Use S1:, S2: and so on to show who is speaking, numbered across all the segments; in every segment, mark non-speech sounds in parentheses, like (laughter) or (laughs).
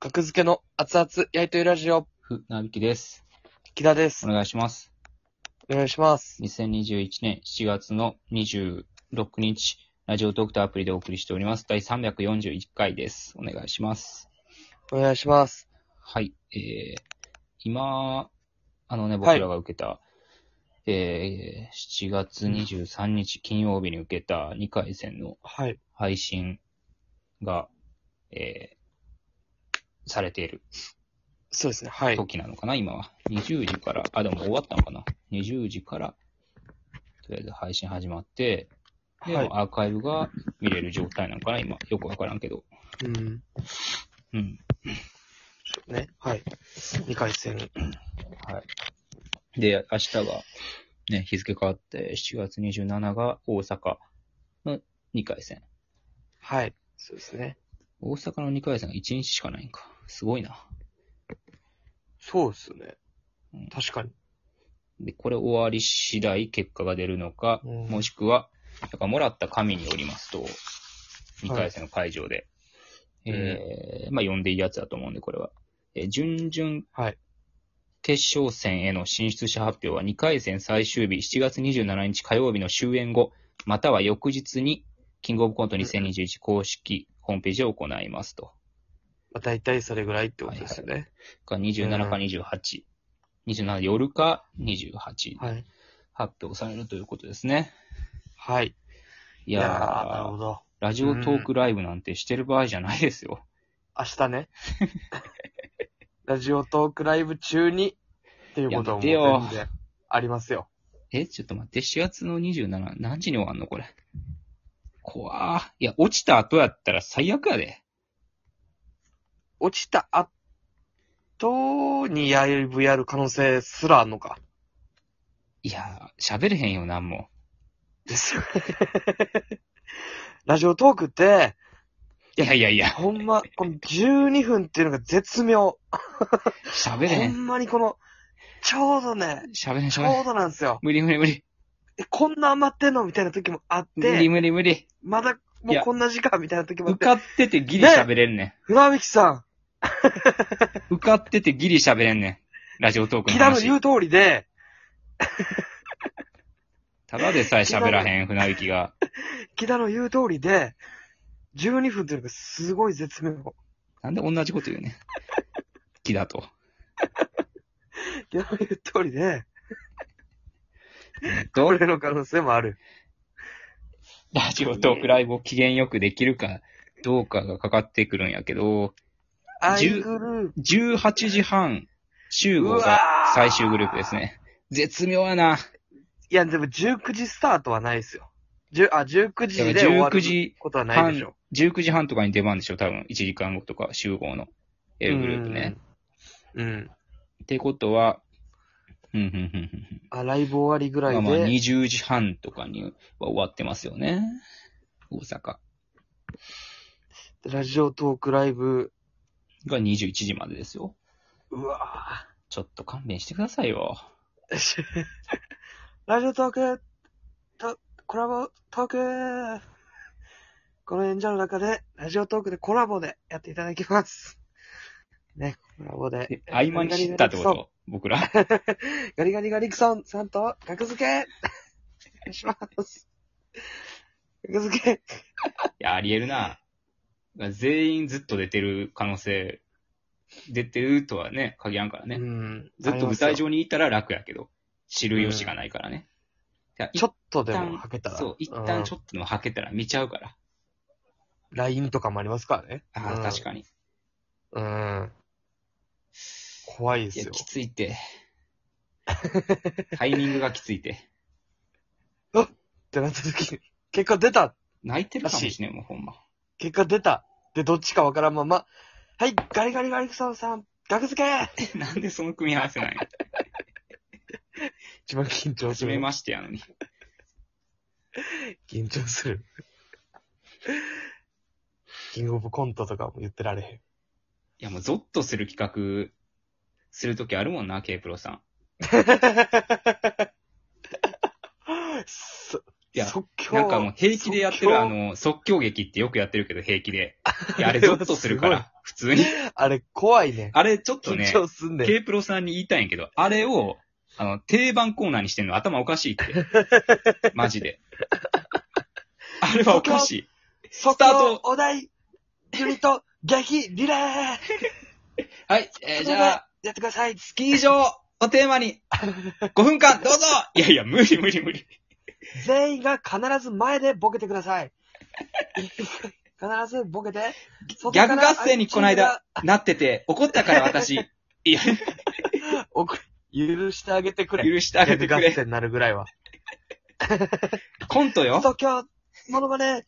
S1: 格付けの熱々焼いとゆラジオ、
S2: ふ、なびきです。
S1: 木田です
S2: お。願いします。
S1: お願いします。
S2: 2021年7月の26日、ラジオトークとアプリでお送りしております。第341回です。お願いします。
S1: お願いします。
S2: はい。えー、今、あのね、
S1: はい
S2: 僕らが受けた、えー、7月23日金曜日に受けた2回戦の
S1: はい。
S2: 配信が、えー、されている
S1: そうですね。はい。
S2: 時なのかな、今は。20時から、あ、でも終わったのかな。20時から、とりあえず配信始まって、で、
S1: はい。
S2: アーカイブが見れる状態なのかな、今。よくわからんけど。
S1: うん。
S2: うん。
S1: ね。はい。2回戦。
S2: はい。で、明日が、ね、日付変わって、7月27が大阪の2回戦。
S1: はい。そうですね。
S2: 大阪の2回戦が1日しかないんか。すごいな。
S1: そうですね
S2: うん。
S1: 確かに。
S2: で、これ終わり次第結果が出るのか、
S1: うん
S2: もしくは、なんかもらった紙によりますと、2回戦の会場で、えーまあ呼んでいいやつだと思うんで、これは。えー準々
S1: はい。
S2: 決勝戦への進出者発表は2回戦最終日、7月27日火曜日の終演後、または翌日に、キングオブコント2021公式ホームページを行いますと。
S1: まあ、大体それぐらいってことですよね。
S2: が27か28。27夜か28
S1: はい。
S2: 発表されるということですね。
S1: はい。
S2: い
S1: い
S2: やー、
S1: やー、なるほど。
S2: ラジオトークライブなんてしてる場合じゃないですよ。
S1: 明日ね。 (laughs) ラジオトークライブ中に、っていうこと
S2: やめ
S1: も
S2: てよ
S1: 全然ありますよ。
S2: え、ちょっと待って、4月の27、何時に終わんのこれ。怖ー。いや、落ちた後やったら最悪やで。
S1: 落ちた後にやイブやる可能性すらあんの
S2: (laughs)
S1: か。
S2: いやー、喋れへんよ、なんも。
S1: ですよね。ラジオトークって、
S2: いやいやいや、
S1: ほんま、この12分っていうのが絶妙。
S2: 喋れ
S1: ほ
S2: へん。
S1: んまにこの、ちょうどね、
S2: 喋れへん、
S1: ち
S2: 喋
S1: ょ
S2: れへ。
S1: うんどなんですよ。
S2: 無理無理無理。
S1: え、こんな余ってんのみたいな時もあっ
S2: 無理
S1: て、
S2: 無理無理。
S1: まだ
S2: い
S1: もう
S2: や
S1: こんな時間みたいな時もあって、
S2: 受かっててギリ喋れんね
S1: 船引さ
S2: ん。受かっててギリ喋れんねん。ラジオトー
S1: ん、
S2: クの
S1: 木田の
S2: 話
S1: 言。う通りで、
S2: ただでさえ喋らへん、船行きが。
S1: 木田の言う通りで、12分っていうのがすごい絶妙。
S2: なんで同じこと言うねん。木だと。
S1: 木田の言う通りで、
S2: えっ、
S1: ことれの可能性もある。
S2: ラジオトークライブを機嫌よくできるかどうかがかかってくるんやけど、
S1: アイグループ。
S2: 18時半集
S1: う
S2: 合
S1: わ
S2: が
S1: ー
S2: 最終グループですね。絶妙やな。
S1: いや、でも19時スタートはないですよ。10あ、19時で終わ
S2: 19
S1: る
S2: 時
S1: ことはないでし
S2: 半
S1: ょ。、
S2: 19時半とかに出番でしょ、多分。1時間後とか集合の L グループね。
S1: うん。うん。
S2: ってことは、うん、うん、うんうんうん。
S1: あ、ライブ終わりぐら
S2: まあ
S1: い
S2: まあ、
S1: で。
S2: 20時半とかには終わってますよね。大阪
S1: ラジオトークライブ。
S2: が21時までですよ。
S1: うわ
S2: ちょっと勘弁してくださいよ。
S1: ぁ (laughs) ラジオトーク、と、コラボトーク。この演者の中で、ラジオトークでコラボでやっていただきます。ね、コラボで
S2: え。合間に知ったってこと僕ら。
S1: (laughs) ガリガリガリクソンさんと格付けお願いします。格付け
S2: いや、ありえるな。全員ずっと出てる可能性、出てるとはね、限らんからね。
S1: うん
S2: ずっと舞
S1: あり
S2: 台
S1: ますよ
S2: 上にいたら楽やけど、知る由がないからね。いや
S1: ちょ
S2: っ
S1: っとでもはけたら。
S2: そう、一旦ち
S1: ょっと。
S2: ょっとでもはけたら見ちゃうから。
S1: LINE とかもありますからね。
S2: ああ、
S1: うん
S2: 確かに。
S1: うん。怖いで
S2: い
S1: す
S2: や、
S1: よ。
S2: きつい
S1: (laughs)
S2: て。タイミングがきついて。
S1: ってなった時に、結果出た
S2: 泣いてるかもしれん、もうほんま。 (laughs)
S1: 結果出たで、どっちかわからんまま、はい、ガリガリガリクソンさん、額付け
S2: なんでその組み合わせなんや。
S1: 一番緊張す
S2: 初め
S1: る。
S2: ましてやのに。
S1: 緊張する。キングオブコントとかも言ってられへん。
S2: いや、もうゾッとする企画、するときあるもんな、K プロさん。
S1: そ
S2: いや
S1: 即興。
S2: なんかもう平気でやってるあ
S1: 即興、
S2: の、即興劇ってよくやってるけど平
S1: (laughs)
S2: 気で。いやあ
S1: あ
S2: れ
S1: れ
S2: ゾッとするから、普通に。
S1: あれ怖いね。
S2: あれちょっと
S1: 緊
S2: ね、
S1: 張すんねん。
S2: K プロさんに言いたいんやけど、あれを、あの、定番コーナーにしてんの頭おかしい
S1: (laughs)
S2: って。マジで。あれはおかしい。
S1: 即
S2: スター
S1: 興
S2: ト
S1: お題、ユニット、激リレー
S2: はい、えーじゃあ、、
S1: やってください。
S2: スキー場をテーマに、5分間どうぞいやいや、無理無理無理。
S1: 全員が必ず前でボケてください。必ずボケて。
S2: ギャグ合戦にこの間。なってて、怒ったから私。いや、
S1: おく許してあげてくれ。
S2: 許してあげてく
S1: ギャグ合
S2: れ。
S1: 戦になるぐらいは。
S2: コントよ。
S1: 即興、モノマネ、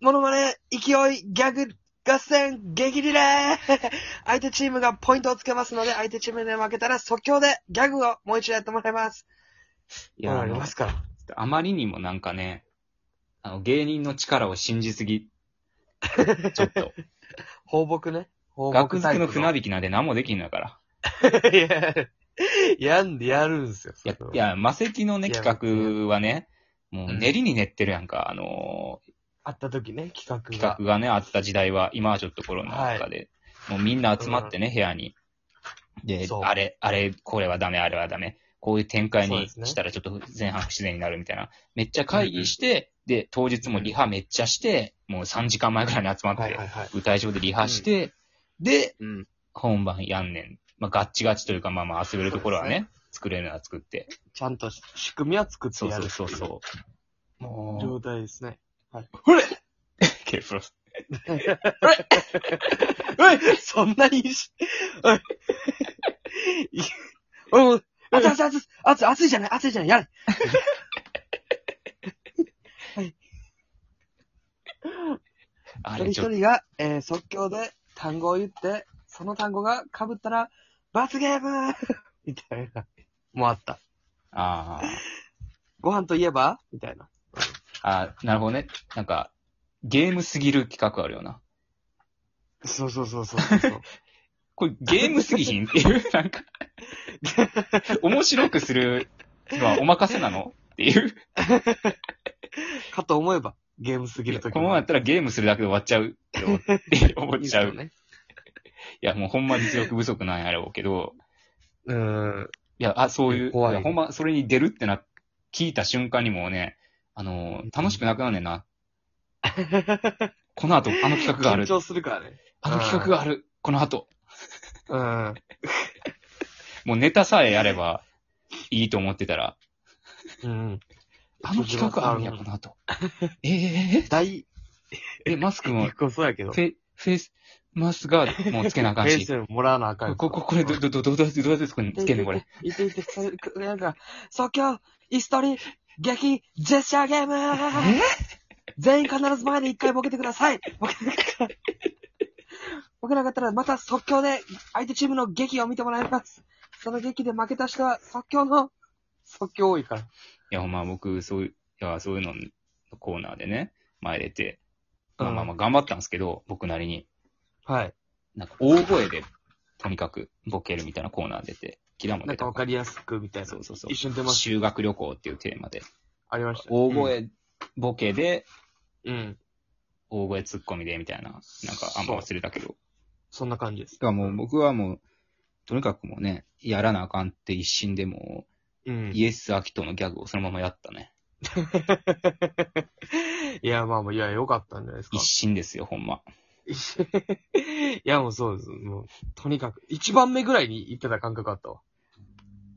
S1: モノマネ、勢い、ギャグ、合戦、激リレー (laughs) 相手チームがポイントをつけますので、相手チームで負けたら即興でギャグをもう一度やってもらいます。
S2: いや、
S1: あ
S2: あ
S1: り
S2: の
S1: ますから。
S2: あまりにもなんかね、あの、芸人の力を信じ
S1: (laughs)
S2: すぎ。ちょっと。
S1: 放牧ね。放
S2: 学
S1: 牧タ
S2: 付
S1: イプ
S2: の船引きなんて何もできんだから。
S1: い (laughs) や、やんでやるんすよ。
S2: いや
S1: それは、
S2: いや、魔石のね、
S1: いや
S2: 企画はね、もう
S1: うん
S2: 練りに練ってるやんか、あの
S1: あった時ね、企画が。
S2: ー企画がね、あった時代は、今はちょっとコロナ禍で、もうみんな集まってね、部屋に。で
S1: そう、
S2: あれ、あれ、これはダメ、あれはダメ。こういう展開
S1: そう
S2: に
S1: ですね
S2: したらちょっと前半不自然になるみたいな。めっちゃ会議して、で、当日もリハめっちゃして、もう3時間前ぐらいに集まって、
S1: はいはいはい。
S2: 舞台上でリハして、で、
S1: うん。
S2: 本番やんねん。まあ、ガッチガチというか、まあまあ、遊べるところは
S1: そう
S2: ね、作れるのは作って。
S1: ちゃんと仕組みは作って
S2: そう
S1: や
S2: そ
S1: る
S2: うそうそう。も
S1: 状態ですね。
S2: う、ほれケープロス。
S1: おいそんなにいいし、おい。 (laughs) い俺も、熱い熱い熱い熱い熱いじゃない熱いじゃないやれ
S2: あ
S1: 一
S2: れ
S1: 人
S2: ちょっ
S1: 一人が、えー即興で単語を言って、その単語が被ったら、罰ゲー (laughs) ムみたいな。もうあった。
S2: と、あ
S1: ご飯といえばみたいな。
S2: あ、ああ、なるほどね。なんか、ゲームすぎる企画あるよな。
S1: そうそうそうそうそうそう。
S2: これゲームすぎひんっていう、なんか、面白くするのはお任せなのっていう。
S1: (laughs) かと思えば、ゲームすぎるとき
S2: このままやったらゲームするだけで終わっちゃうよって思っちゃう。い
S1: ね。
S2: や、もうほんま実力不足なんやろうけど、
S1: うー (laughs) ん。
S2: いや、あ、そういう、
S1: 怖い
S2: やほんま、それに出るってな、聞いた瞬間にもうね、あのー、楽しくなくなんねんな。この後、あの企画がある
S1: 緊。張するからね。
S2: あの企画がある。この後。
S1: うん。
S2: もうネタさえやればいいと思ってたら、
S1: うん。
S2: あの企画あるんや、この後。えーえーえ
S1: 大、
S2: ーえ、マスクも、
S1: 結構そうやけど。
S2: フェ、フェイス、マスクがもうつけなあかん
S1: フェイ
S2: し。
S1: スもらわなあかん
S2: こ
S1: よ。
S2: こ、これ、ど、ど、ど、ど、ど、どうやってつけんのこれ。。
S1: いていて、それくなんか、即興、椅子取り、激、ジェスチャーゲーム全員必ず前で一回ボケてくださいボケなかったら、ボケなかったらまた即興で相手チームの劇を見てもらいます。その劇で負けた人は即興の、即興多いから。
S2: いや、ほんま僕、そういう、いや、そういうののコーナーでね、前出て、まあまあまあ頑張ったんですけど、僕なりに。
S1: はい。
S2: なんか大声で、とにかくボケるみたいなコーナー出て、キラも
S1: な
S2: 出
S1: んか
S2: た
S1: わ。かりやすくみたいな。
S2: そうそうそう
S1: 一。瞬出ました。
S2: 修学旅行っていうテーマで、
S1: ありました。
S2: 大。声ボケで、
S1: うん。
S2: 大声突っ込みでみたいな、なんかあんま忘れたけど。
S1: そんな感じです。
S2: だからもう僕はもう、とにかくもうね、やらなあかんって一心でも
S1: うん
S2: う、イエス・アキトのギャグをそのままやったね。
S1: いや、まあまあ、いや、よかったんじゃないですか
S2: 一。心ですよ、ほんま。
S1: (laughs) いや、もうそうです。もう、とにかく、一番目ぐらいに行ってた感覚あったわ。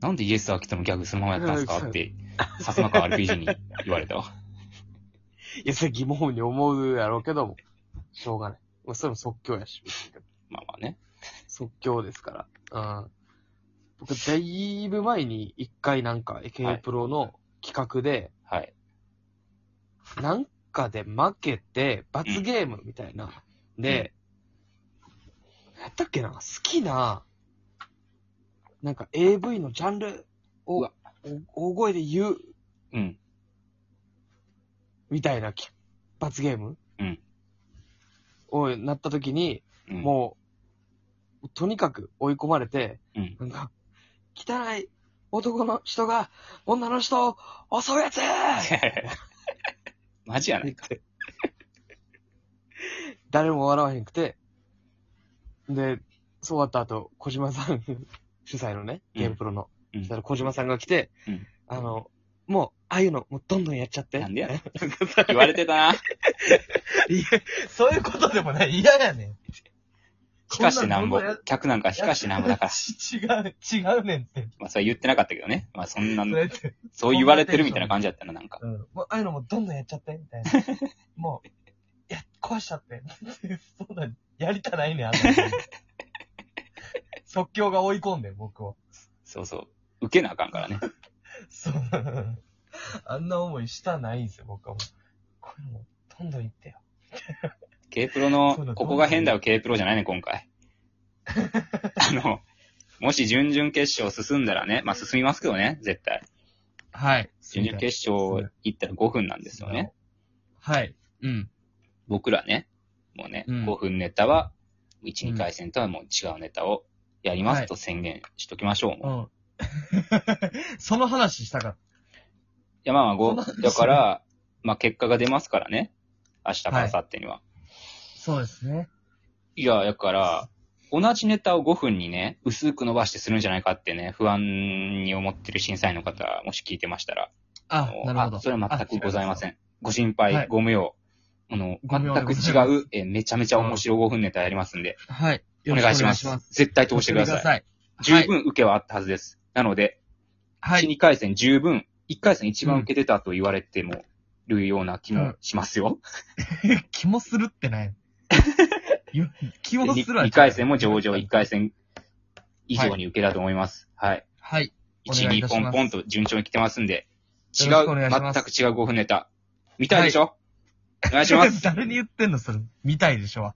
S2: なんでイエス・アキトのギャグそのままやったんすかって、さすまか RPG に言われた (laughs) わ。
S1: いや、それ疑問に思うやろうけども、しょうがない。もうそれも即興やし、
S2: まあまあね。
S1: 即興ですから。うん。僕、だいぶ前に一回なんか、エケ
S2: はい
S1: プロの企画で、
S2: はい。
S1: なんかで負けて、罰ゲームみたいな。で、やったっけな好きな、なんか AV のジャンル
S2: う
S1: を
S2: わ
S1: お大声で言う
S2: うん。
S1: みたいなき罰ゲーム
S2: うん
S1: をなった時に、
S2: うん、
S1: もう、とにかく追い込まれて、
S2: うん
S1: なんか、汚い男の人が女の人を襲うやつ
S2: い (laughs) マジや (laughs) ないか。
S1: 誰も笑わへんくて、で、そう終わった後、小島さん (laughs) 主催のね、
S2: うん
S1: ゲームプロの、
S2: うん
S1: そしたら小島さんが来て、
S2: うん
S1: あの、もう、ああいうの、もうどんどんやっちゃって。
S2: な
S1: (laughs)
S2: んでやねん言われてたな。
S1: そういうことでもない。嫌やねん。
S2: しかしなんぼ
S1: こんなのどんどんや。
S2: 客なんかしかしなんぼだから。
S1: 違う、違うねんって。
S2: まあ、それは言ってなかったけどね。まあ、そんな、
S1: れって。
S2: そう言われてるみたいな感じだったな、なんか。
S1: うん。もう、ああいうのもどんどんやっちゃって、みたい (laughs) な。もう、いや、壊しちゃって。 (laughs) そんなん、やりたないねん、あんな (laughs) の即興が追い込んでん、僕を。
S2: そうそう。受けなあかんからね。
S1: そう。あんな思いしたないんですよ、僕はもう。これもう、どんどん言ってよ。
S2: K プロ
S1: そう
S2: の、
S1: だ
S2: ここが変だよ K プロじゃないね、今 (laughs) 回。あの、もし準々決勝進んだらね、まあ進みますけどね、絶対。
S1: はい。
S2: 準々決勝行ったら5分なんですよね。。
S1: はい。うん。
S2: 僕らね、もうね、
S1: うん
S2: 5分ネタは、1、
S1: うん
S2: 2回戦とはもう違うネタをやりますと宣言しときましょう。もうい、
S1: ん。 (laughs) その話したかっ
S2: や、まあまあ
S1: そんな
S2: 5、だから、まあ結果が出ますからね。明日か明後日には。
S1: た。そうですね。
S2: い、や、だから、同じネタを5分にね、薄く伸ばしてするんじゃないかってね、不安に思ってる審査員の方、もし聞いてましたら、
S1: あ
S2: あのあそれは全くございません。ご心配、
S1: はい
S2: ご無用。あの、
S1: ご無用で
S2: 全
S1: ご
S2: く
S1: ざいます
S2: 違う、えーめちゃめちゃ面白い5分ネタやりますんで、
S1: ん。はい。
S2: お願いします。絶対通してください。
S1: い。
S2: 十分受けはあったはずです。なので、
S1: は
S2: 1、。2回戦十分、1回戦一番受けてたと言われても、るような気もしますよ。
S1: 気もするって
S2: (laughs)
S1: ない。気
S2: でに2回戦も上々、1回戦以上に受けたと思います。はい。
S3: はい。
S2: 1、
S3: お願いいた
S2: 2ポ
S3: しま
S2: ン
S3: す
S2: ポンと順調に来てますんで、違
S3: よろし
S2: う、
S3: くお
S2: 全
S3: 願いします
S2: く違う5分ネタ。見たいでしょ、お願いしま
S3: (laughs)
S2: す。
S3: 誰に言ってんのそれ。見たいでしょ